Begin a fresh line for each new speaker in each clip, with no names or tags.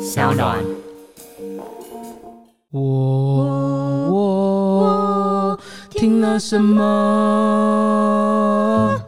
小暖。
我我听了什么？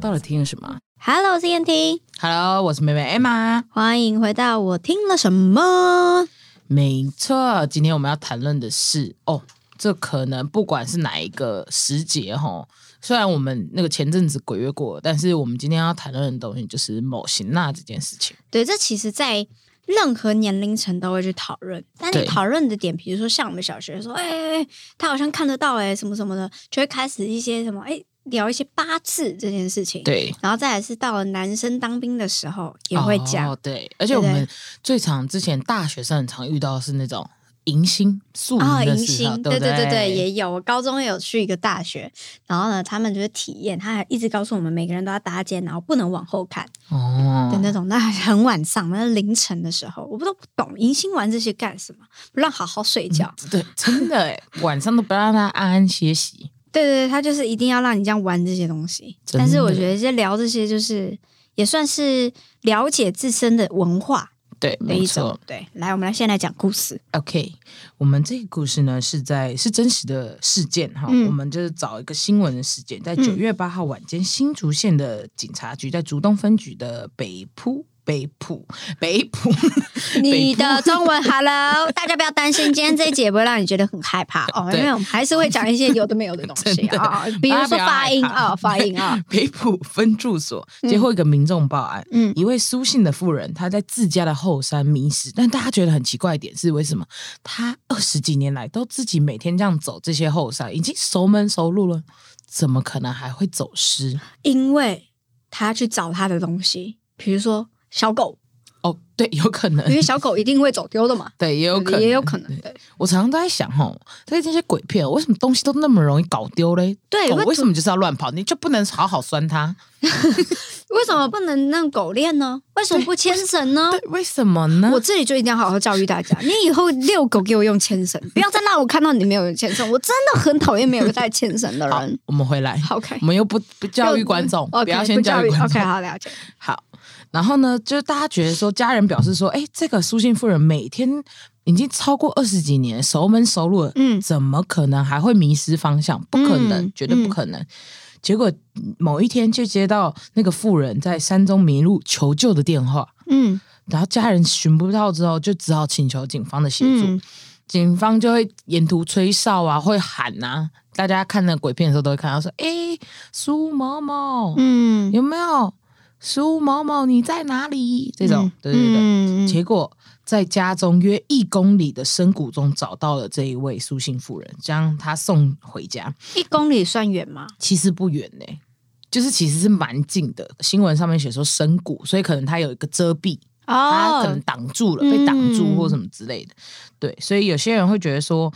到底听了什么
Hello C N T，
？Hello，我是妹妹 Emma。
欢迎回到我听了什么？
没错，今天我们要谈论的是哦，这可能不管是哪一个时节哈，虽然我们那个前阵子鬼月过了，但是我们今天要谈论的东西就是某行那这件事情。
对，这其实在任何年龄层都会去讨论，但你
对
讨论的点，比如说像我们小学说，哎、哎哎他好像看得到哎、什么什么的，就会开始一些什么哎、聊一些八字这件事情。，
对，
然后再来是到了男生当兵的时候也会讲，
哦，对，而且我
对
们最常之前大学生很常遇到的是那种迎新宿
啊，
营
迎
的时候，
新，
对不
对
哦对
对，也有。我高中也有去一个大学，然后呢，他们就是体验，他还一直告诉我们每个人都要搭肩，然后不能往后看
哦
的，那种。那很晚上，那凌晨的时候，我不都不懂迎新玩这些干什么，不让好好睡觉。
对，真的哎，晚上都不让他安安歇息，
对对对，他就是一定要让你这样玩这些东西。
真的
但是我觉得这聊这些就是也算是了解自身的文化
对，
的
没
一种
错。。
对，来，我们来现在讲故事。
OK，我们这个故事呢是在是真实的事件哈，
嗯
我们就是找一个新闻的事件，在
嗯
九月八号晚间，新竹县的警察局在竹东分局的北埔。北埔，北埔，
你
北
的
部
中文 Hello，大家不要担心，今天这一集也不会让你觉得很害怕哦，因
对
为我们还是会讲一些有的没有的东西
真的
啊、比如说发音
大家不要害
啊、
怕
发音啊、
北埔分驻所接获一个民众报案，
嗯
一位苏姓的妇人，她在自家的后山迷失，但大家觉得很奇怪的点是，为什么她二十几年来都自己每天这样走这些后山，已经熟门熟路了，怎么可能还会走失？
因为他去找他的东西，比如说小狗，
哦，对，有可能，
因，为小狗一定会走丢的嘛
对，也 有可能，
也有可能
对
对
我常常都在想，吼，在这些鬼片，为什么东西都那么容易搞丢嘞？
对
狗
会
为什么就是要乱跑？你就不能好好拴它？
为什么不能让狗链呢？为什么不牵绳呢
对？，啊为什么呢？
啊我这里就一定要好好教育大家，你以后遛狗给我用牵绳，不要再让我看到你没有用牵绳，我真的很讨厌没有带牵绳的
好
人。，
我们回来。
好，OK，
我们又不不教育观众，
OK，
不要先
教
育观
OK，
众。
好了解。
好，然后呢，就是大家觉得说，家人表示说，哎，这个苏姓妇人每天已经超过二十几年，熟门熟路了，
嗯
怎么可能还会迷失方向？不可能，
嗯
绝对不可能。结果某一天就接到那个妇人在山中迷路求救的电话，
嗯
然后家人寻不到之后，就只好请求警方的协助。
嗯
警方就会沿途吹哨啊，会喊啊。大家看那个鬼片的时候都会看到说：“哎、苏某某，
嗯，
有没有苏某某你在哪里？”这种，
嗯
对对对。
嗯
结果在家中约一公里的深谷中找到了这一位苏姓妇人，将她送回家。
一公里算远吗？
其实不远呢、就是其实是蛮近的。新闻上面写说深谷，所以可能它有一个遮蔽，
哦
他可能，挡住了，被挡住或什么之类的。对，所以有些人会觉得说，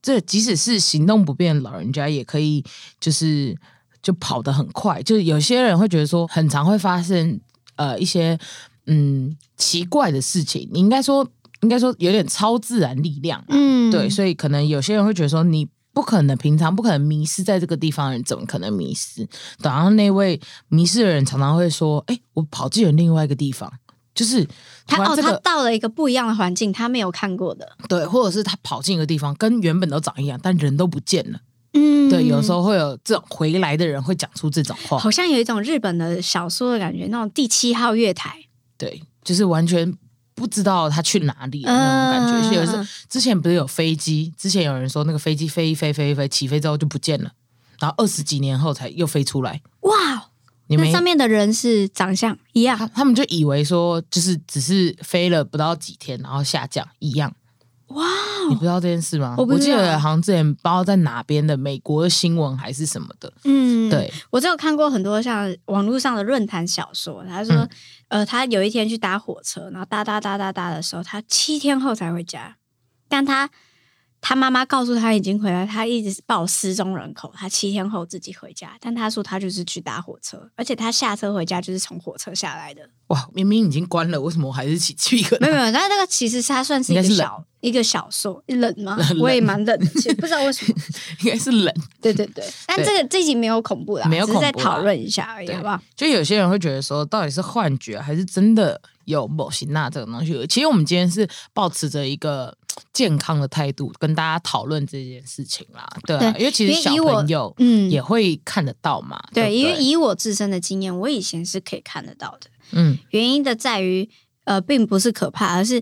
这即使是行动不便的老人家，也可以就是就跑得很快。就是有些人会觉得说，很常会发生呃一些嗯奇怪的事情。你应该说，应该说有点超自然力量啊、
嗯
对，所以可能有些人会觉得说你。不可能，平常不可能迷失在这个地方的人，怎么可能迷失？然后那位迷失的人常常会说：“哎、我跑进了另外一个地方，就是突
他
然
哦，
这
他
个、
到了一个不一样的环境，他没有看过的，
对，或者是他跑进一个地方，跟原本都长一样，但人都不见了。
嗯
对，有时候会有这种回来的人会讲出这种话，
好像有一种日本的小说的感觉，那种第七号月台，
对，就是完全不知道他去哪里的那种感觉。
嗯
是有一
嗯嗯
次之前不是有飞机，之前有人说那个飞机飞一飞飞一飞，起飞之后就不见了，然后二十几年后才又飞出来。
哇，
你
那
们
上面啊的人是长相一样，
他他们就以为说，就是只是飞了不到几天，然后下降一样。
哇
你
哦，
不知道这件事吗？
我不知
记
道
得好像之前不知道在哪边的美国的新闻还是什么的，
嗯，
对，
我只有看过很多像网络上的论坛小说，他说，
嗯
呃，他有一天去搭火车，然后搭搭搭搭搭的时候，他七天后才回家，但他他妈妈告诉他已经回来，他一直是报失踪人口，他七天后自己回家，但他说他就是去搭火车，而且他下车回家就是从火车下来的，
哇，明明已经关了，为什么我还是起鸡皮疙
没有
瘩？
没有，但那个其实是他算是一
应
个
该是
小一个小说冷吗？
冷
我也蛮冷的，其实不知道为什 么。
应该是冷。
对对对，但
对
这个这集没有恐怖啦，
没有
只是在
恐怖啦
讨论一下而已，
对
好不好？
就有些人会觉得说，到底是幻觉还是真的有某型钠这种东西？其实我们今天是保持着一个健康的态度跟大家讨论这件事情啦，对啊，
对
因为其实
因
小
为以我
朋友
嗯，
也会看得到嘛，对
对，
不对，
因为以我自身的经验，我以前是可以看得到的。
嗯
原因的在于，呃，并不是可怕，而是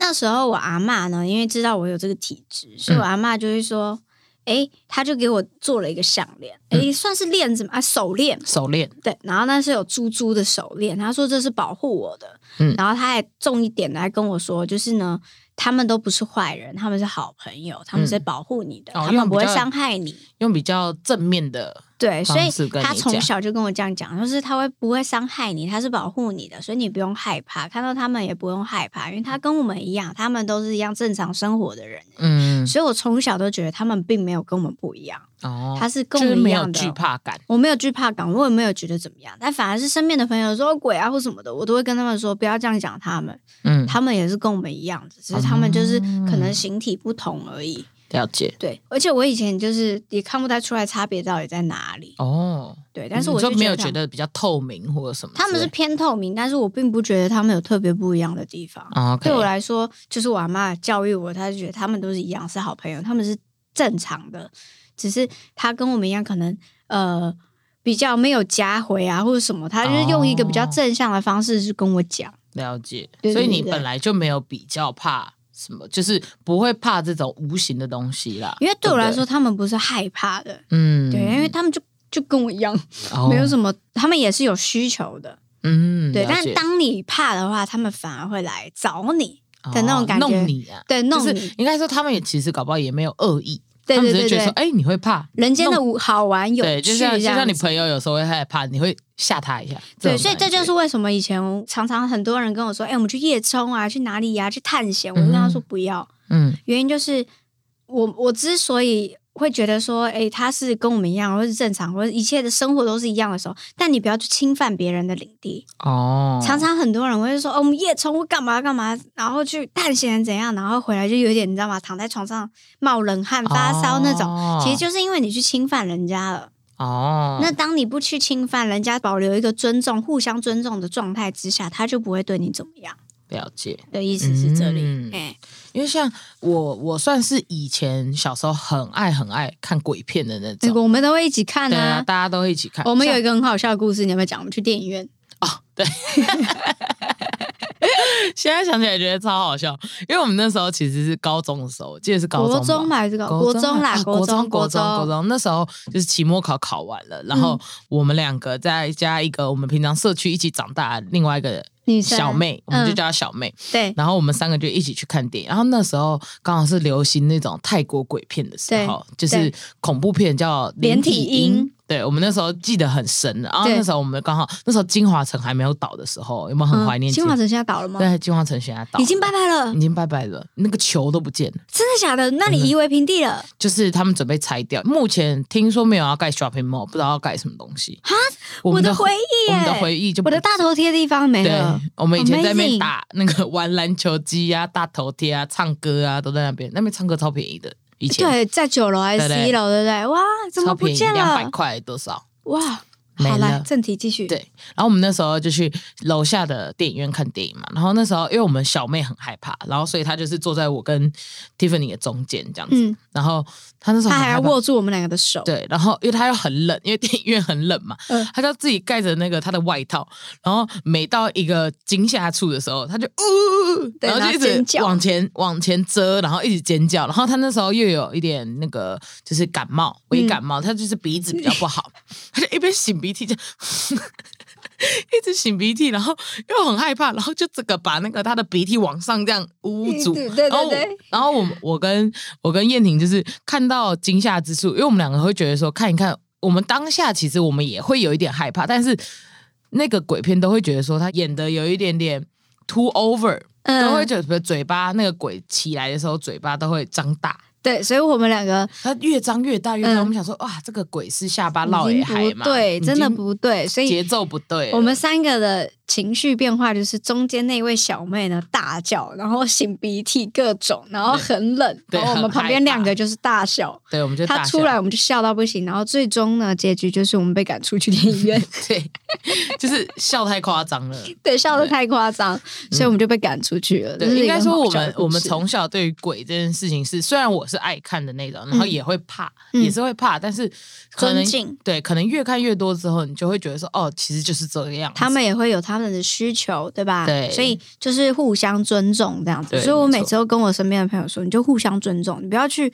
那时候我阿嬷呢，因为知道我有这个体质，所以
嗯
我阿嬷就会说，诶，她就给我做了一个项链，诶，
嗯
算是链子嘛，啊，手链，
手链，
对，然后那是有珠珠的手链，她说这是保护我的，
嗯
然后她还重一点的还跟我说，就是呢。他们都不是坏人，他们是好朋友，他们是保护你的，
哦
他
因为
们不会
比较
伤害你。
用比较正面的，
对，所
方式
以
跟
他
你
从
讲
小就跟我这样讲，就是他会不会伤害你，他是保护你的，所以你不用害怕，看到他们也不用害怕，因为他跟我们一样，他们都是一样正常生活的人，
嗯，
所以我从小都觉得他们并没有跟我们不一样，
哦，
他是跟
就
我
是
们一
没有
样的。
惧怕感，
我没有惧怕感，我也没有觉得怎么样，但反而是身边的朋友说鬼啊或什么的，我都会跟他们说不要这样讲他们，
嗯，
他们也是跟我们一样的，只是他们就是可能
嗯
形体不同而已。
了解，
对，而且我以前就是也看不太出来差别到底在哪里。
哦，
对，但是
你
我
就
嗯就
没有
他
觉
们
得比较透明或者什么之类，
他们是偏透明，但是我并不觉得他们有特别不一样的地方。
哦，OK，
对我来说，就是我阿妈教育我，她就觉得他们都是一样，是好朋友，他们是正常的，只是他跟我们一样，可能呃比较没有家回啊或者什么，他就是用一个比较
哦
正向的方式去跟我讲。
了解，
对对
所以你
对对
本来就没有比较怕什么，就是不会怕这种无形的东西啦。
因为对我来
不
说，他们不是害怕的，
嗯，
对，因为他们就就跟我一样，
哦
没有什么，他们也是有需求的，
嗯，
对。
了
但
解
当你怕的话，他们反而会来找你，的
哦
那种感觉
弄你啊，
对，弄
就
你。
是应该说他们也其实搞不好也没有恶意，
对
他们只
对
是
对
觉得说，，
对
哎，你会怕，
人间的无好玩有
对，
趣
就
这
像就
样
像你
子
朋友有时候会害怕，你会吓他一下，
对，
种
所以这
感觉
就是为什么以前常常很多人跟我说：“哎、我们去夜冲啊，去哪里呀、去探险。”我就跟他说
嗯
不要，
嗯
原因就是我我之所以会觉得说：“哎、他是跟我们一样，或是正常，或者一切的生活都是一样的时候，但你不要去侵犯别人的领地。
哦，
常常很多人会说：“哦，我们夜冲，我干嘛干嘛，然后去探险怎样，然后回来就有点你知道吗？躺在床上冒冷汗、发烧那种。
哦
其实就是因为你去侵犯人家了。
哦，
那当你不去侵犯人家，保留一个尊重、互相尊重的状态之下，他就不会对你怎么样。
了解，
的意思是这里，
嗯
哎、
因为像我我算是以前小时候很爱很爱看鬼片的那种
这哎个。我们都会一起看
对啊，
啊。
大家都会一起看。
我们
像
有一个很好笑的故事，你要不要讲？我们去电影院，
现在想起来觉得超好笑，因为我们那时候其实是高中的时候，我记得是高
国中
中吧。
吧，还是高国中啦，
啊
国
国
中，
国中，国
中，嗯
中。那时候就是期末考考完了，然后我们两个再加一个我们平常社区一起长大的另外一个
女生
小妹，我们就
嗯
叫她小妹。
对
然后我们三个就一起去看电影。然后那时候刚好是流行那种泰国鬼片的时候，就是
对
恐怖片叫《连体
连体婴
婴》。对，我们那时候记得很深。啊然后
对
那时候我们刚好那时候金华城还没有倒的时候，有没有很怀念
嗯
金
清华城现在倒了吗？
对，嗯金华城悬崖岛
已经拜拜了
已，经拜拜了，那个球都不见了，
真的假的？那
嗯
你夷为平地了？
就是他们准备拆掉。目前听说没有要盖 shopping mall，不知道要盖什么东西。哈，我
我
们
的回
回
忆
我
耶，
们的回忆就不
我的大头贴地方没
对
了。，
我们以前在那
Amazing
边打那个 玩篮球机啊、大头贴啊、唱歌啊，都在那边。那边唱歌超便宜的，以前
对，在九楼还是
对对
十一楼，对不对？哇，怎么
超
不
便宜，
见
两百
了？
块多少？
哇，
没
好来
了
正题继续。
对然后我们那时候就去楼下的电影院看电影嘛。然后那时候因为我们小妹很害怕，然后所以她就是坐在我跟 Tiffany 的中间这样子。
嗯，
然后她那时候
他
很
还
害
要
怕
握住我们两个的手。
对，然后因为他又很冷，因为电影院很冷嘛，
嗯
他就自己盖着那个他的外套，然后每到一个惊吓处的时候，他就呜、
对
然后
然后
就一
尖
直
叫
往前往前遮，然后一直尖叫，然后他那时候又有一点那个就是感冒，微
嗯
感冒，他就是鼻子比较不好， 他就一边擤鼻涕就 一直擤鼻涕，然后又很害怕，然后就这个把那个他的鼻涕往上这样捂住，
对对对
然后我
对
然后我我跟我跟燕婷就是看到惊吓之处，因为我们两个会觉得说看一看，我们当下其实我们也会有一点害怕，但是那个鬼片都会觉得说他演的有一点点 too over，、都会
嗯，
觉得嘴巴那个鬼起来的时候嘴巴都会张大，
对，所以我们两个
它越张越大越大，
嗯
我们想说哇这个鬼是下巴
已
落
经
也海
不
嘛，
对，
已经
真的不对，所
节
以
奏不对了，
我们三个的情绪变化就是中间那位小妹呢大叫，然后擤鼻涕各种，然后很冷，
对
然后我们
很害
旁边两个就是大笑。
对，我们就
她
大
出
笑
来，我们就笑到不行，然后最终呢，结局就是我们被赶出去电影院，
对，就是笑太夸张了。
对，笑得太夸张，所以我们就被赶出去了。这
对，
是
应
一个
该
很
说我
好笑的
们我们
故事
从小对于鬼这件事情是，虽然我是爱看的那种，然后也会怕，
嗯
也是会怕，但是可
尊
能
敬
对，可能越看越多之后，你就会觉得说，哦，其实就是这个样子。
他们也会有他们的需求，对吧？
对
所以就是互相尊重这样子。
对
所以我
没错
每次都跟我身边的朋友说，你就互相尊重，你不要去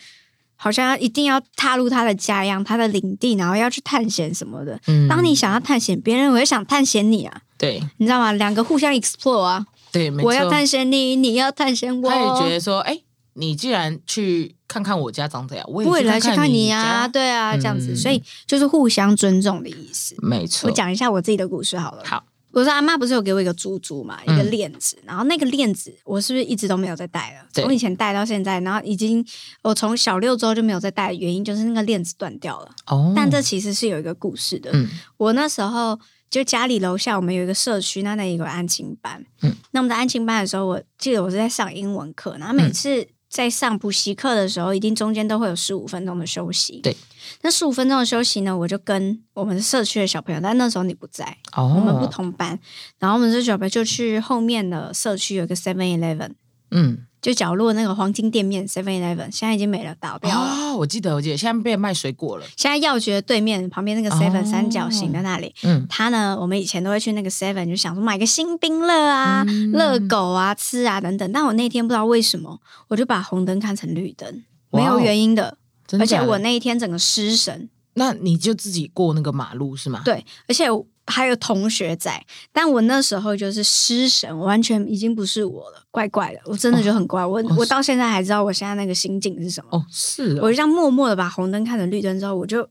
好像要一定要踏入他的家一样，他的领地，然后要去探险什么的。
嗯
当你想要探险，别人我也想探险你啊，
对
你知道吗？两个互相 explore 啊，
对，没错
我要探险你，你要探险我。
他也觉得说，哎、你既然去看看我家长怎样，我
我也
也
来去
去
看你
你
啊，
家。
对啊，这样子，
嗯
所以就是互相尊重的意思。
没错，
我讲一下我自己的故事好了。
好，
我说阿妈不是有给我一个珠珠嘛，一
嗯
个链子，然后那个链子我是不是一直都没有再戴了？
对
从以前戴到现在，然后已经我从小六之后就没有再戴，原因就是那个链子断掉了。
哦，
但这其实是有一个故事的。
嗯
我那时候就家里楼下我们有一个社区，那那里有个安亲班。
嗯
那我们在安亲班的时候，我记得我是在上英文课，然后每
嗯
次在上补习课的时候，一定中间都会有十五分钟的休息。
对，
那十五分钟的休息呢，我就跟我们社区的小朋友，但那时候你不在，
哦，
我们不同班，然后我们这小朋友就去后面的社区有一个 Seven Eleven。
嗯，
就角落那个黄金店面 Seven Eleven，现在已经没了，倒掉了。嗯
哦，我记得我记得，现在变卖水果了，
现在药局的对面旁边那个 Seven、
哦
三角形的那里，
嗯，
他呢，我们以前都会去那个 Seven，就想说买个新冰乐啊、
嗯
热、狗啊、吃啊等等。但我那天不知道为什么，我就把红灯看成绿灯，没
哇
有
哦
原因的。
真
而且
假的
我那一天整个失神，
那你就自己过那个马路是吗？
对，而且我还有同学在，但我那时候就是失神，完全已经不是我了，怪怪的，我真的就很怪，我我到现在还知道我现在那个心境是什么，
哦，是
我
哦
就，这样默默的把红灯看成绿灯之后，我就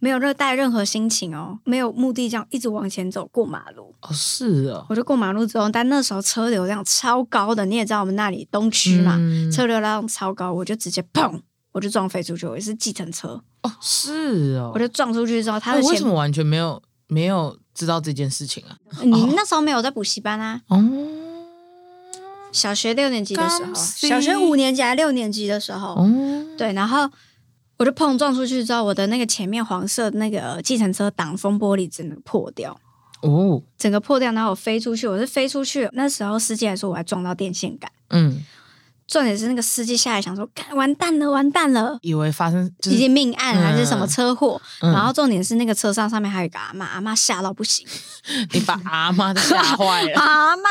没有热带任何心情哦，没有目的这样一直往前走过马路，
哦是哦，
我就过马路之后，但那时候车流量超高的，你也知道我们那里东区嘛，
嗯
车流量超高，我就直接砰。我就撞飞出去，我也是计程车，
哦是哦，
我就撞出去之后，他的
那为
前
什，么完全没有没有知道这件事情啊？
你那时候没有在补习班啊？
哦，
小学六年级的时候，
刚
小学
新
五年级还六年级的时候，
哦，
对，然后我就碰撞出去之后，我的那个前面黄色的那个计程车挡风玻璃整个破掉，
哦，
整个破掉，然后我飞出去，我是飞出去，那时候司机还说我还撞到电线杆，
嗯，
重点是那个司机下来想说，干完蛋了，完蛋了。
以为发生就
已
是
经命案还是什么
嗯
车祸？
嗯
然后重点是那个车上上面还有一个阿妈，阿妈吓到不行，
你把阿妈都吓坏 了，
阿妈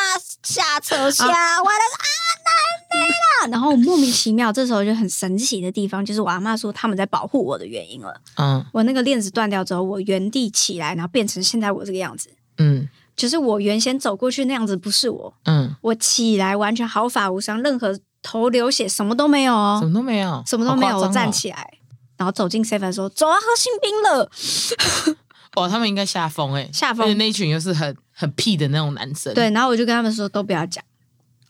下车下，我的阿奶奶啦！然后我莫名其妙，这时候就很神奇的地方，就是我阿妈说他们在保护我的原因了。
嗯
我那个链子断掉之后，我原地起来，然后变成现在我这个样子。
嗯
就是我原先走过去那样子，不是我，
嗯，
我起来完全毫发无伤，任何头流血什么都没有
什
哦，
么都没有，
什么都没有，
好夸
我
张哦
站，起来。然后走进 seven 说：“走啊，喝新冰了。
哇，哦他们应该吓疯哎，
吓疯
而且那一群又是很很屁的那种男”生，，
对，然后我就跟他们说都不要讲，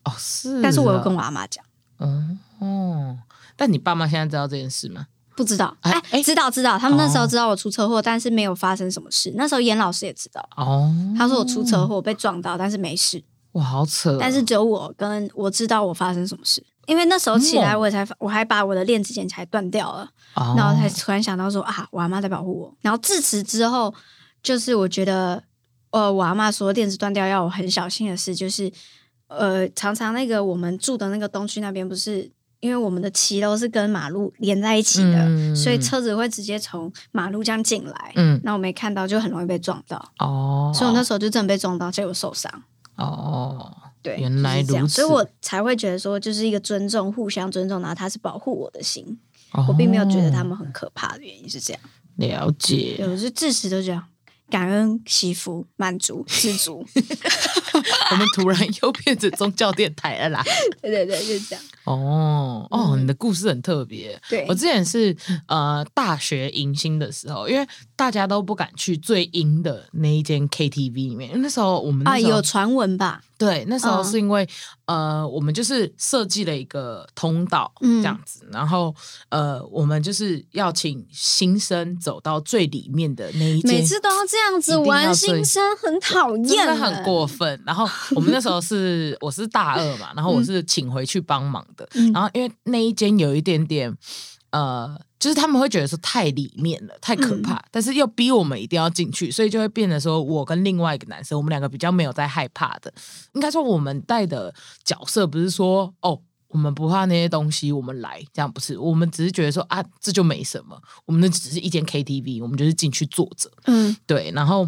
哦是哦，
但是我有跟我阿妈讲，
哦哦，但你爸妈现在知道这件事吗？
不知道，
哎
哎、
哎
知道知道，他们那时候
哦
知道我出车祸，但是没有发生什么事。那时候严老师也知道，
哦，
他说我出车祸被撞到，但是没事，
哇，好扯哦，
但是只有我跟我知道我发生什么事。因为那时候起来，
嗯
我也才发我还把我的链子剪起来断掉了，
哦
然后才突然想到说啊，我阿妈在保护我。然后自此之后，就是我觉得，呃，我阿妈说链子断掉要我很小心的事，就是呃，常常那个我们住的那个东区那边不是。因为我们的骑楼是跟马路连在一起的，
嗯
所以车子会直接从马路这样进来，
嗯
那我没看到，就很容易被撞到。
哦，
所以我那时候就真的被撞到，结果受伤。
哦，
对，
原来
就是这样
如此
所以我才会觉得说，就是一个尊重，互相尊重，然后他是保护我的心，
哦
我并没有觉得他们很可怕的原因是这样。
了解
对，我就自始都这样，感恩、惜福、满足、知足。
我们突然又变成宗教电台了啦。
对对对，就是这样。
哦哦，你的故事很特别。
对啊
我，之前是呃大学迎新的时候，因为大家都不敢去最阴的那一间 KTV 里面，因为那时候我们
啊，
那时候、
有传闻吧？
对，那时候
嗯
是因为、呃，我们就是设计了一个通道
嗯
这样子，然后呃，我们就是要请新生走到最里面的那一间，
每次都要这样子
一定要
玩
这
新生，很讨厌
真
欸，
的很过分。然后我们那时候是我是大二嘛，然后我是请回去帮忙的，
嗯
然后因为那一间有一点点呃，就是他们会觉得说太里面了，太
嗯
可怕，但是又逼我们一定要进去，所以就会变得说我跟另外一个男生，我们两个比较没有在害怕的，应该说我们带的角色不是说哦。我们不怕那些东西，我们来这样不是？我们只是觉得说啊，这就没什么。我们那只是一间 KTV，我们就是进去坐着。
嗯，
对，然后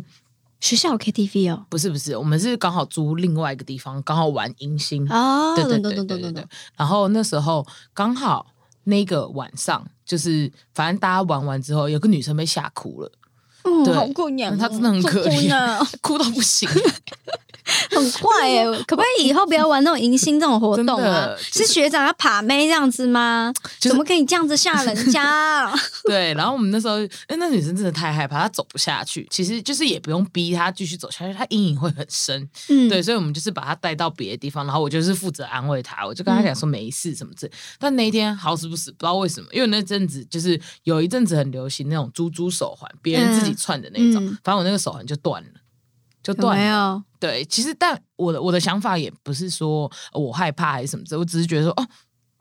学校有 KTV 哦，
不是不是，我们是刚好租另外一个地方，刚好玩迎新。
哦，
对对
懂
对对
懂懂
对
懂
对
懂，。
然后那时候刚好那个晚上，就是反正大家玩完之后，有个女生被吓哭了，
嗯，
对
好过年哦，
她真的很可
做工
怜
啊
哭到不行。
很坏耶！可不可以以后不要玩那种迎新这种活动
真
啊
的？就是
是学长要爬妹这样子吗？
就是
怎么可以这样子吓人 家啊？
对，然后我们那时候，哎，那女生真的太害怕，她走不下去。其实就是也不用逼她继续走下去，她阴影会很深。
嗯，
对，所以我们就是把她带到别的地方，然后我就是负责安慰她，我就跟
嗯
她讲说没事什么之类。但那一天好死不死，不知道为什么，因为那阵子就是有一阵子很流行那种珠珠手环，别人自己
嗯
串的那种，
嗯
反正我那个手环就断了，就
有
断
没
了。
有？
对，其实但我的我的想法也不是说呃我害怕还是什么之类，我只是觉得说哦，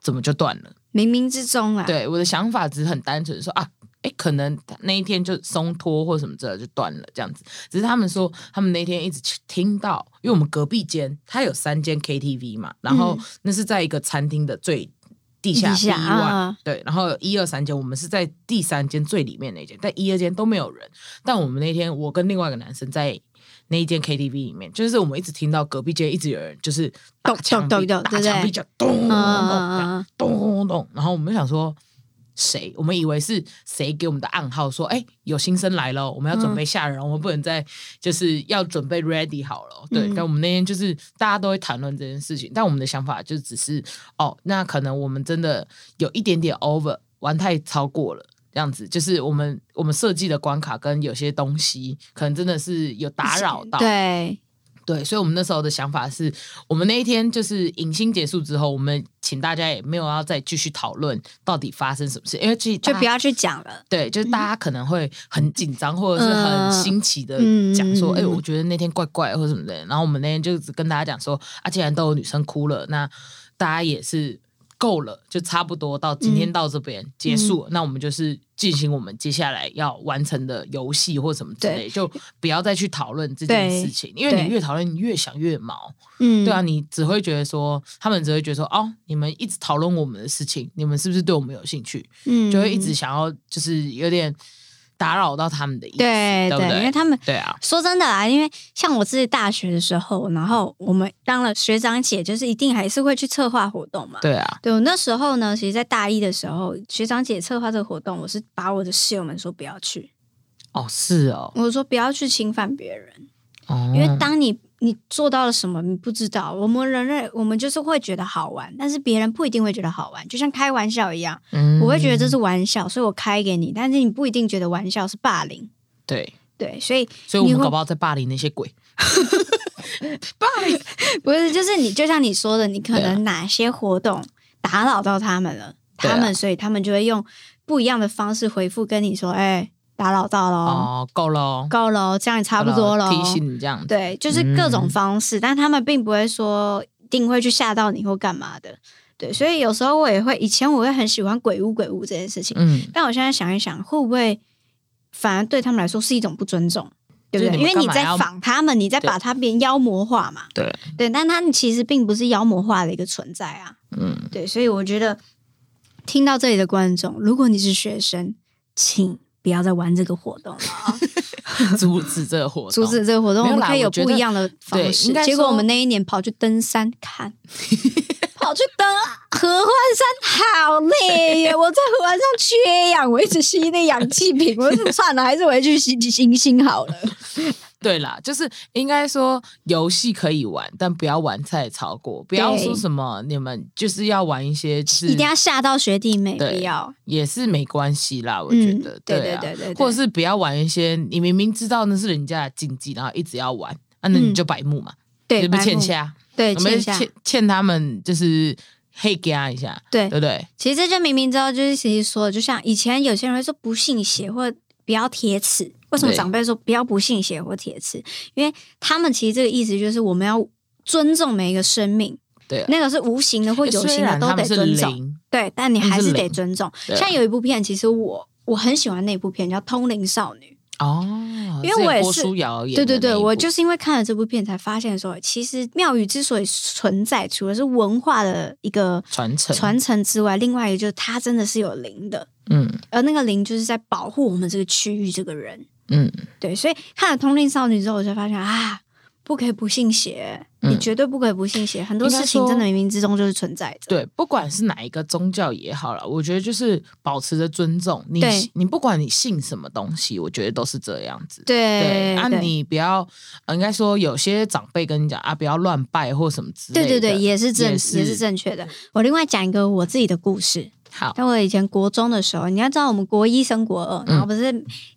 怎么就断了？
冥冥之中啊，
对，我的想法只是很单纯说啊。哎，可能那一天就松脱或什么之类的就断了，这样子。只是他们说，他们那天一直听到，因为我们隔壁间它有三间 KTV 嘛，然后
嗯
那是在一个餐厅的最地下
地下
B
啊
one，对，然后有一二三间，我们是在第三间最里面那间，但一二间都没有人。但我们那天我跟另外一个男生在那一间 KTV 里面，就是我们一直听到隔壁间一直有人就是打
咚咚
墙壁，
咚咚
打
对不
墙
对
壁就咚咚咚
嗯，
咚
嗯
这样
嗯嗯
咚咚咚，然后我们就想说谁，我们以为是谁给我们的暗号，说哎、有新生来了，我们要准
嗯
备吓人，我们不能再就是要准备 ready 好了。对，
嗯
但我们那天就是大家都会谈论这件事情，但我们的想法就只是哦，那可能我们真的有一点点 over 玩太超过了。这样子就是我们我们设计的关卡跟有些东西，可能真的是有打扰到，
嗯对，
对，所以我们那时候的想法是，我们那一天就是迎新结束之后，我们请大家也没有要再继续讨论到底发生什么事，因为其实
就
大
不要去讲了。
对，就是
嗯
大家可能会很紧张或者是很新奇的讲说，
嗯嗯嗯
哎、
嗯
我觉得那天怪怪或什么的。然后我们那天就只跟大家讲说，啊，既然都有女生哭了，那大家也是够了，就差不多到今
嗯
天到这边结束了，那我们就是进行我们接下来要完成的游戏或什么之类，就不要再去讨论这件
对
事情，因为你
对
越讨论，你越想越毛。
嗯，
对啊，，你只会觉得说，他们只会觉得说，哦，你们一直讨论我们的事情，你们是不是对我们有兴趣？
嗯
就会一直想要，就是有点打扰到他们的意思，
对
对不
因为他们
对啊，
说真的啊，因为像我自己大学的时候，然后我们当了学长姐，就是一定还是会去策划活动嘛。
对啊，
对，我那时候呢，其实，在大一的时候，学长姐策划这个活动，我是把我的室友们说不要去，
哦，是哦，
我说不要去侵犯别人，
哦，
因为当你你做到了什么，你不知道。我们人类，我们就是会觉得好玩，但是别人不一定会觉得好玩，就像开玩笑一样，
嗯
我会觉得这是玩笑，所以我开给你，但是你不一定觉得玩笑是霸凌。
对，
对，所以
所以我
你
们
会
搞不好在霸凌那些鬼，
不是，就是你就像你说的，你可
对啊
能哪些活动打扰到他们了，
对啊
他们所以他们就会用不一样的方式回复跟你说，哎、打扰到了，
哦，够了，
够了，这样也差不多了，哦
提醒你这样子，
对，就是各种
嗯
方式，但他们并不会说一定会去吓到你或干嘛的，对，所以有时候我也会，以前我会很喜欢鬼屋鬼屋这件事情，
嗯，
但我现在想一想，会不会反而对他们来说是一种不尊重，对
就
不
是
对？
你
因
们
为你
干嘛
在
要
仿他们，你在
对
把他变妖魔化嘛。
对，
对，但他们其实并不是妖魔化的一个存在啊。
嗯，
对，所以我觉得听到这里的观众，如果你是学生，请不要再玩这个活动了啊，
阻止这个活动，
阻止这个活动，
没
我
有
们
啦
可以有
我觉
不一
得
样的方
对
式
应。该
结果
说
我们那一年跑去登山 看。跑去登合欢山好 累耶！我在合欢上缺氧，我一直吸那氧气瓶，我就算了，还是回去吸星星好了。
对啦，就是应该说游戏可以玩，但不要玩太超过，不要
对
说什么你们就是要玩一些，就是
一定要吓到学弟妹，
对
不要。
也是没关系啦，我觉
嗯
得，，
对
啊
对对，
或者
是
是不要玩一些你明明知道那是人家的禁忌，然后一直要玩，啊、那你就白目嘛。
嗯对
是不是
白
欠
目
下？
对
我们
欠下。
欠欠他们就是黑给他一下，
对
对不对？
其实这就明明知道，就是其实说的，就像以前有些人会说不信邪或不要铁齿，为什么
对
长辈说不要不信邪或铁齿？因为他们其实这个意思就是我们要尊重每一个生命，
对啊
那个是无形的或有
虽
形的
然
都
他
得
们是
尊重，
零，
对，但你
他们
还
是
是得
零
尊重。
对啊
像有一部片，其实我我很喜欢那部片叫《通灵少女》，
哦，
因为我也
郭
是
书瑶演的
对对对，
那一
我
部
就是因为看了这部片才发现说，哎其实庙宇之所以存在，除了是文化的一个
传承
传承之外，另外一个就是它真的是有灵的，
嗯
而呃那个灵就是在保护我们这个区域这个人。
嗯，
对，所以看了《通灵少女》之后，我才发现啊，不可以不信邪，
嗯
你绝对不可以不信邪。很多
应该
事情
说
真的冥冥之中就是存在着。
对，不管是哪一个宗教也好了，我觉得就是保持着尊重，你
对
你不管你信什么东西，我觉得都是这样子。
对
对，啊，
对
你不要，呃应该说有些长辈跟你讲啊，不要乱拜或什么之类
对
的。
对对，也是正也
也
是
是
正确的。我另外讲一个我自己的故事。
好，
在我以前国中的时候，你要知道我们国一升国二，
嗯
然后不是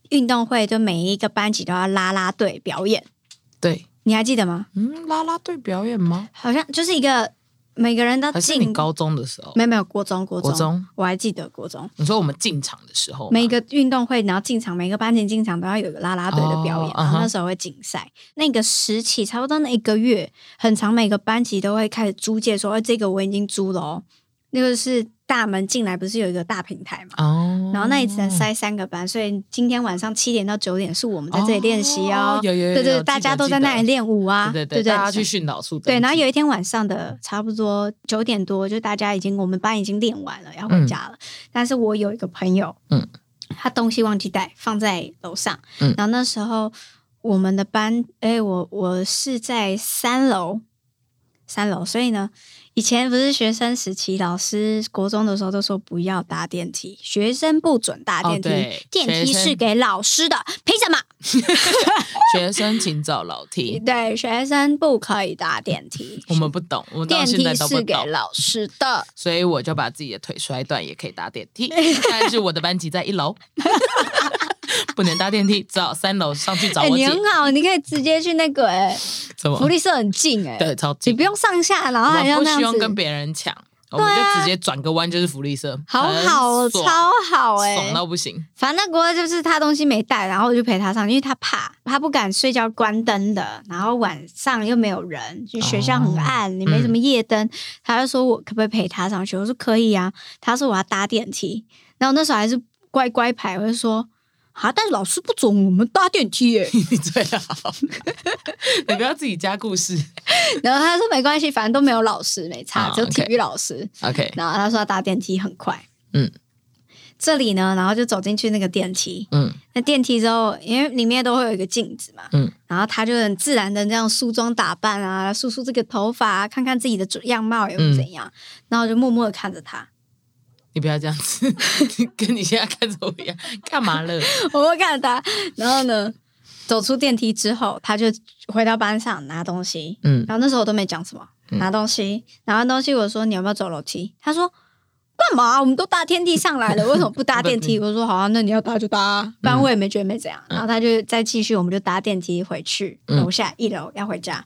运动会，就每一个班级都要拉拉队表演，
对，
你还记得吗？
嗯，啦啦队表演吗？
好像就是一个每个人都
还是
进
你高中的时候？
没有没有国中国中
国中
我还记得国中
你说我们进场的时候吗，
每一个运动会，然后进场每个班级进场都要有个啦啦队的表演，
哦
然
嗯
后那
哼
时候会竞赛。那个时期差不多那一个月，很长，每个班级都会开始租借说，哎，这个我已经租了哦。那个是大门进来不是有一个大平台嘛？
哦，
然后那里只能塞三个班，所以今天晚上七点到九点是我们在这里练习
哦
哦。
有有有，有
对对，大家都在那里，练舞啊，
记得记得对
对
对，大家去训导处登记。
对，然后有一天晚上的差不多九点多，就大家已经我们班已经练完了，要回家了。但是我有一个朋友，
嗯，
他东西忘记带，放在楼上。
嗯
然后那时候我们的班，哎，我我是在三楼，三楼，所以呢，以前不是学生时期，老师国中的时候都说不要搭电梯，学生不准搭
哦
电梯，
对
电梯
学生
是给老师的，凭什么？
学生请找老听，
对，学生不可以搭电梯。
我们不懂，我们到
电
现在
梯
都不
是给
懂。
老师的，
所以我就把自己的腿摔断，也可以搭电 梯。但是我的班级在一楼， 不能搭电梯，只好三楼上去找
哎，
我
你
姐。
很好，你可以直接去那个哎、
怎
福
么？
利社很近哎、
对，超
你
近
不。用上下，然后还
我
要
不
那
希
样
望
子，啊
跟别人抢，我们就直接转个弯就是福利社，
好好哦，
很
超
爽
好哎、
爽到不行。
反正那国就是他东西没带，然后我就陪他上，因为他怕，他不敢睡觉关灯的，然后晚上又没有人，就学校
哦
很暗，你
嗯
没什么夜灯，他就说我可不可以陪他上去？我说可以啊，他说我要搭电梯，然后那时候还是乖乖牌，我就说啊，但是老师不准我们搭电梯耶、
你最好，你不要自己加故事。
然后他说没关系，反正都没有老师，没差，
啊
只有体
OK
育老师。
OK，
然后他说他搭电梯很快，
嗯，
这里呢，然后就走进去那个电梯。
嗯，
那电梯之后，因为里面都会有一个镜子嘛，
嗯，
然后他就很自然的这样梳妆打扮啊，梳梳这个头发、啊，看看自己的样貌又
嗯
怎样，然后我就默默的看着他，
你不要这样子， 跟你现在看着我一样，干嘛 了？
我默看着他，然后呢，走出电梯之后，他就回到班上拿东西，
嗯，
然后那时候我都没讲什么，
嗯
拿东西，拿完东西我说你要不要走楼梯？他说干嘛？我们都搭天梯上来了，为什么不搭电 梯？我说好啊，那你要搭就搭啊，
嗯
不然我也没觉得没怎样。然后他就再继续，我们就搭电梯回去
嗯
楼下一楼要回家。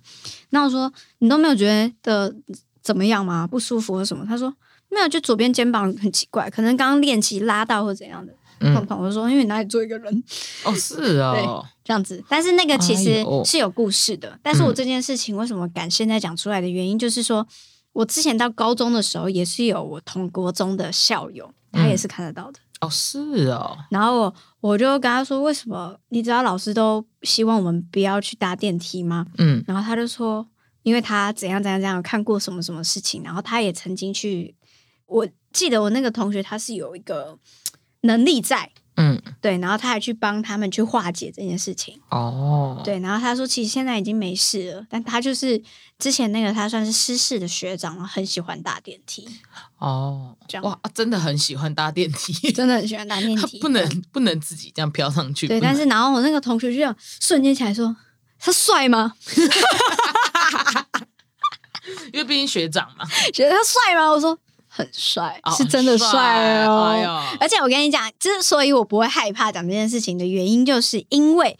那我说你都没有觉得怎么样吗？不舒服或什么？他说没有，就左边肩膀很奇怪，可能刚刚练习拉到或怎样的。
嗯
痛痛，我说因为哪里坐一个人
哦，是哦，
这样子，但是那个其
哎
实
呦
是有故事的。但是我这件事情为什么敢现在讲出来的原因，就是说我之前到高中的时候，也是有我同国中的校友，
嗯
他也是看得到的。
哦，是哦，
然后我我就跟他说，为什么你知道老师都希望我们不要去搭电梯吗？
嗯
然后他就说，因为他怎样怎样怎样有看过什么什么事情，然后他也曾经去，我记得我那个同学他是有一个能力在，
嗯，
对，然后他还去帮他们去化解这件事情。
哦，
对，然后他说其实现在已经没事了，但他就是之前那个他算是失事的学长，然后很喜欢搭电梯，
哦
这样，
哇，真的很喜欢搭电梯，
真的很喜欢搭电
他
梯。
不能不能自己这样飘上去。
对，
不能
但是然后我那个同学就这样瞬间起来说：“他帅吗？
因为毕竟学长嘛，
觉得他帅吗？”我说：“很帅，
哦
是真的帅哦。
哎呦，
而且我跟你讲，之所以我不会害怕讲这件事情的原因，就是因为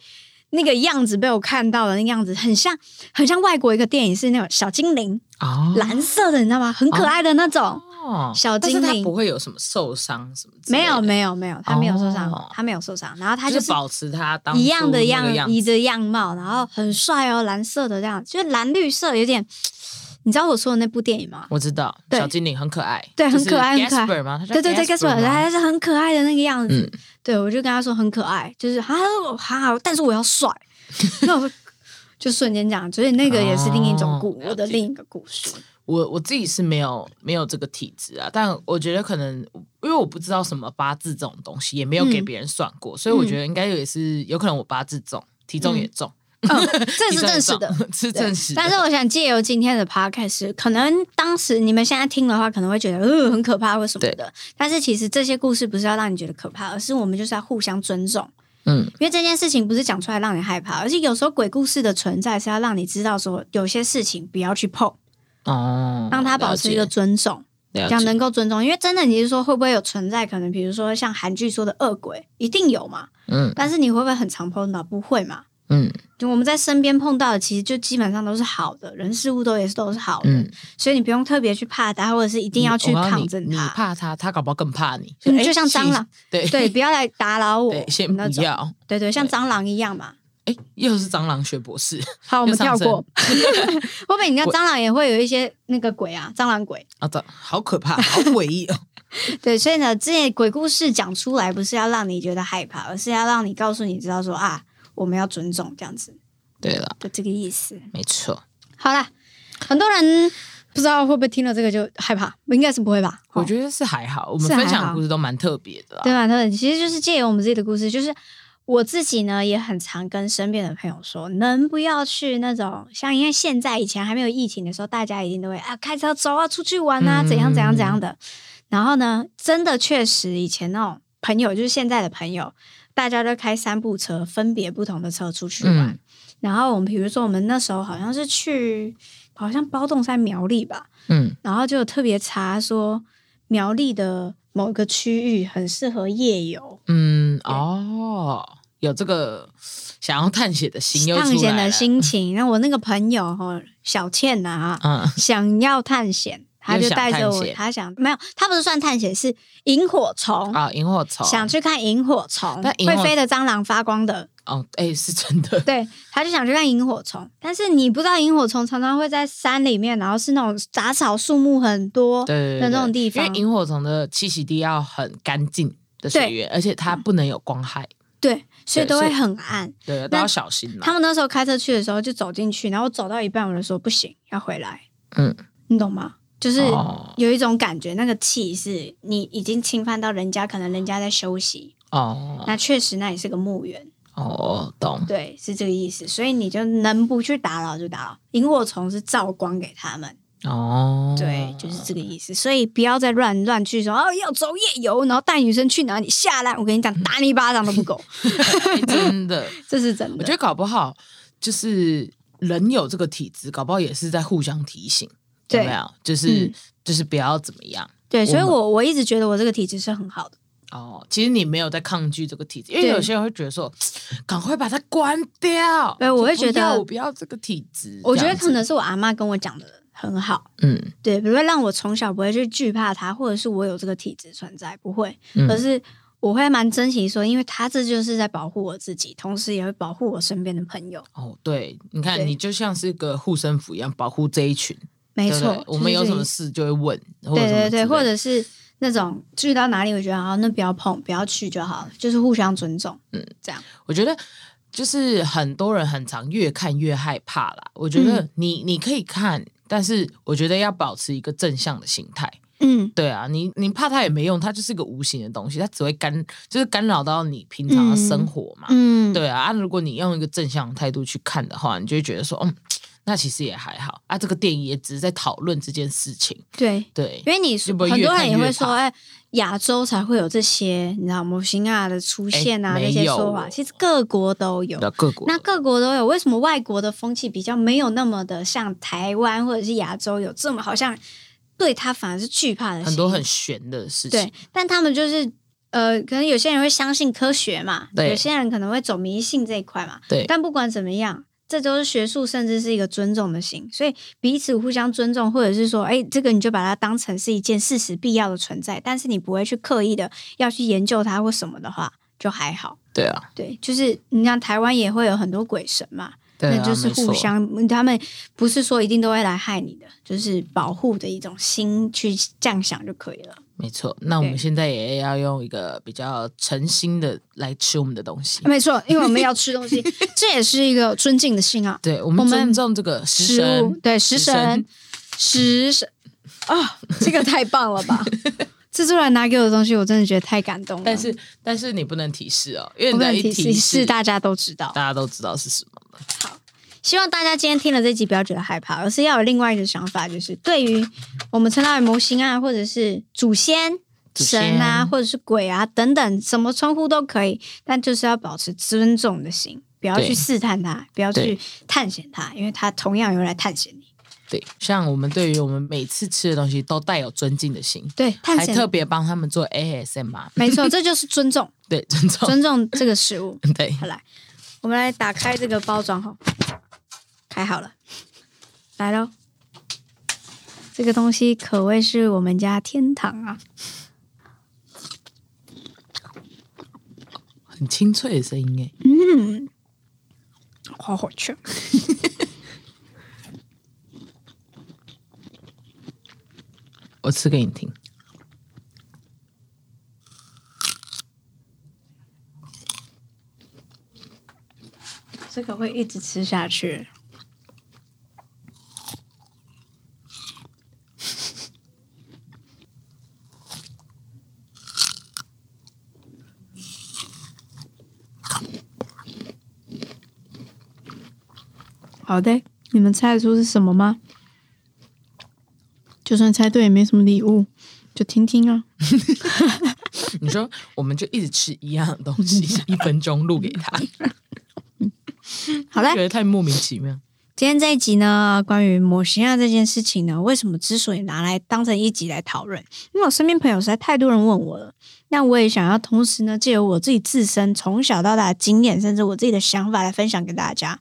那个样子被我看到了，那个样子很像很像外国一个电影，是那种小精灵，
哦
蓝色的，你知道吗？很可爱的那种。
哦
小
但是
精
它
灵
不会有什么受伤什么之类
没
的，
有没有没有，他没有受伤，
哦
他没有受伤，然后他
就是保持它当
一样
初
的
那个
样，
样
一
子
的样貌，然后很帅哦，蓝色的这样，就是蓝绿色有点，你知道我说的那部电影吗？
我知道，
对
小精灵很可爱，
对很可爱
就是
很可爱
Gasper 吗？它叫
对对对，
Gasper 吗
他是很可爱的那个样子。
嗯
对，我就跟他说很可爱，就是他说好，但是我要 帅，那我就就瞬间这样，所以那个也是另一种故、
哦
我的另一个故事。
我我自己是没有没有这个体质啊，但我觉得可能因为我不知道什么八字这种东西，也没有给
嗯
别人算过，所以我觉得应该也是有可能我八字重，体重也重，
嗯，这是证实的。
的， 是
对
证实的。
但是我想借由今天的 podcast，可能当时你们现在听的话，可能会觉得呃很可怕或什么的。但是其实这些故事不是要让你觉得可怕，而是我们就是要互相尊重，
嗯，
因为这件事情不是讲出来让你害怕，而是有时候鬼故事的存在是要让你知道说有些事情不要去碰，
哦，
让它保持一个尊重，
了解
讲能够尊重。因为真的你是说会不会有存在可能，比如说像韩剧说的恶鬼，一定有嘛。
嗯
但是你会不会很常碰到？不会嘛。
嗯
就我们在身边碰到的，其实就基本上都是好的，人事物都也是都是好的，
嗯，
所以你不用特别去怕它，或者是一定要去
我告诉你
抗争
你
它。
怕他，他搞不好更怕你，
嗯
哎
就像蟑螂，
对
对，不要来打扰我
对，先
那
不
种。
要，
对对，像蟑螂一样 嘛。
哎，又是蟑螂学博士
好，我们
就
跳
上
过。会不会你看蟑螂也会有一些那个鬼啊，蟑螂鬼。
啊，这好可怕，好诡异 哦，
对，所以呢，这些鬼故事讲出来，不是要让你觉得害怕，而是要让你告诉你知道说啊，我们要尊重这样子
对了，
的这个意思。
没错。
好啦，很多人不知道会不会听了这个就害怕，应该是不会吧？哦
我觉得是还好，我们
是还
分享
好
的故事都蛮特别的啦。啊
对吧？他们其实就是借由我们自己的故事，就是我自己呢也很常跟身边的朋友说，能不要去那种像因为现在以前还没有疫情的时候，大家一定都会啊开车走啊出去玩啊
嗯
怎样怎样怎样的。然后呢，真的确实以前那种朋友，就是现在的朋友，大家都开三部车，分别不同的车出去玩。
嗯
然后我们比如说我们那时候好像是去好像包栋山苗栗吧，
嗯，
然后就有特别查说苗栗的某个区域很适合夜游，
嗯，哦，有这个想要探险的心又
探
出
险
来
的
了，
心情。 那我那个朋友哦，小倩呐、啊，
嗯，
想要探 险，她就
又想
带着
探
我，
险
她想没有，她不是算探险，是萤火虫。
啊，萤火虫，
想去看萤火虫，
那萤火
会飞的蟑螂发光的，
哦，哎，是真 的，
对，她就想去看萤火虫。但是你不知道，萤火虫常常会在山里面，然后是那种杂草树木很多，
对对
那
对，
这种
对
地方
因为萤火虫的栖息地要很干净的水源，而且它不能有光害，
对，所
对
以都会
所以
很暗。
对，都要小心啦
他。们那时候开车去的时候就走进去，然后我走到一半，我就说不行，要回来。
嗯，
你懂吗？就是
哦
有一种感觉，那个气是你已经侵犯到人家，可能人家在休息。
哦
那确实，那也是个墓园，
哦，懂，
对，是这个意思。所以你就能不去打扰就打扰，萤火虫是照光给他们，
哦，
对，就是这个意思。所以不要再乱乱去说哦，要走夜游，然后带女生去哪里下来，我跟你讲，打你一巴掌都 不够，
哎真的，
这是 真
我
的
觉。得搞不好就是人有这个体质，搞不好也是在互相提醒，
对
有没有？就是、
嗯
就是不要怎么样
对，所以
我
我我一直觉得我这个体质是很好的。
哦。其实你没有在抗拒这个体质，因为
对
有些人会觉得说，赶快把它关掉。
对我会觉
就
得
不要我不要这个体质。
我觉得
这
可
样
能
子
是我阿妈跟我讲的很好，
嗯
对，不会让我从小不会去惧怕它，或者是我有这个体质存在，不会，
嗯
可是我会蛮珍惜说，因为它这就是在保护我自己，同时也会保护我身边的朋友。
哦，对，你
对
看你就像是个护身符一样，保护这一群。
没
对不
错，
对我们有
就
什么
是这个意思？
事就会问，或者
对
什么
对对，
之类
或者是那种去到哪里，我觉得啊，那不要碰，不要去就好了，就是互相尊重，嗯，这样，
我觉得就是很多人很常越看越害怕啦。我觉
嗯
得你、你可以看，但是我觉得要保持一个正向的心态。
嗯，
对啊，你你怕它也没用，它就是一个无形的东西，它只会干就是干扰到你平常的生活嘛。
嗯，
对啊，啊如果你用一个正向的态度去看的话，你就会觉得说，嗯，那其实也还好啊。这个电影也只是在讨论这件事情，
对，
对，
因为你说
就不会
很
越
多人
看
也
越
会说，
怕
哎，亚洲才会有这些，你知道模型啊的出
哎
现啊、
没
那些
有
说法，
哦
其实各国都有。
那各国
那各国都有，为什么外国的风气比较没有那么的像台湾或者是亚洲有这么好像对他反而是惧怕的心
很多很悬的事情
对，，但他们就是呃，可能有些人会相信科学嘛，
对
有些人可能会走迷信这一块嘛。
对
但不管怎么样，这都是学术，甚至是一个尊重的心，所以彼此互相尊重，或者是说，哎，这个你就把它当成是一件事实必要的存在，但是你不会去刻意的要去研究它或什么的话，就还好。
对啊，
对，就是你看台湾也会有很多鬼神嘛，
对啊，
那就是
没错
互相，嗯他们不是说一定都会来害你的，就是保护的一种心去这样想就可以了。
没错。那我们
对
现在也要用一个比较诚心的来吃我们的东西。
没错，因为我们要吃 东西，这也是一个尊敬的心啊。
对，我们
我们
尊重这个食
食物
神，
对食神，食神啊、这个太棒了 吧！制作人拿给我的东西，我真的觉得太感动了。
但是但是你不能提示哦，因为
我
你
们
的
提
一
示
示，
是大家都知道
大。家都知道是什么。
希望大家今天听了这集不要觉得害怕，而是要有另外一个想法，就是对于我们称它为模型啊，或者是祖先、
祖先
神啊，或者是鬼啊等等，什么称呼都可以，但就是要保持尊重的心，不要去
对
试探它，不要
对
去探险它，因为它同样有来探险你。
对，像我们对于我们每次吃的东西都带有尊敬的心，
对，探
还特
险，
别帮他们做 ASMR，
没错，这就是尊重，
对，尊重，
尊重这个食物。
对，
好来，我们来打开这个包装哈，开好了，来喽。这个东西可谓是我们家天堂啊！
很清脆的声音哎，
嗯，好好吃。
我吃给你听。
这个会一直吃下去。好的，你们猜得出是什么吗？就算猜对也没什么礼物，就听听啊。
你说我们就一直吃一样的东 西，一分钟录给他，
好嘞
觉，得太莫名其妙。
今天这一集呢，关于模型啊这件事情呢，为什么之所以拿来当成一集来讨论？因为我身边朋友实在太多人问我了，那我也想要同时呢，借由我自己自身从小到大的经验，甚至我自己的想法来分享给大家。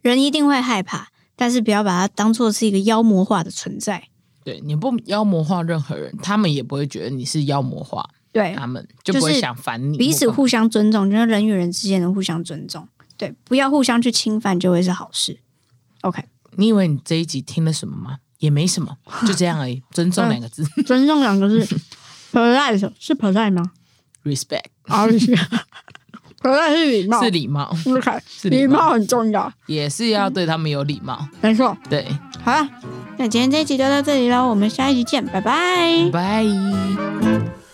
人一定会害怕，但是不要把它当做是一个妖魔化的存在。
对，你不妖魔化任何人，他们也不会觉得你是妖魔化，
对，
他们就不
哎就是
会想烦你。
彼此
或干嘛
互相尊重，就是人与人之间的互相尊重。对，不要互相去侵犯，就会是好事。OK，
你以为你这一集听了什么吗？也没什 么，就这样而已。尊重两个字
尊重两个字 ，polite 是 polite 吗？
，respect
啊，是，可能是礼貌，
是礼貌，
OK，
是
礼
礼貌
貌很重要，
也是要对他们有礼貌。
没错。
对，
好嗯了，那今天这一集就到这里喽，我们下一集见，拜拜。
拜。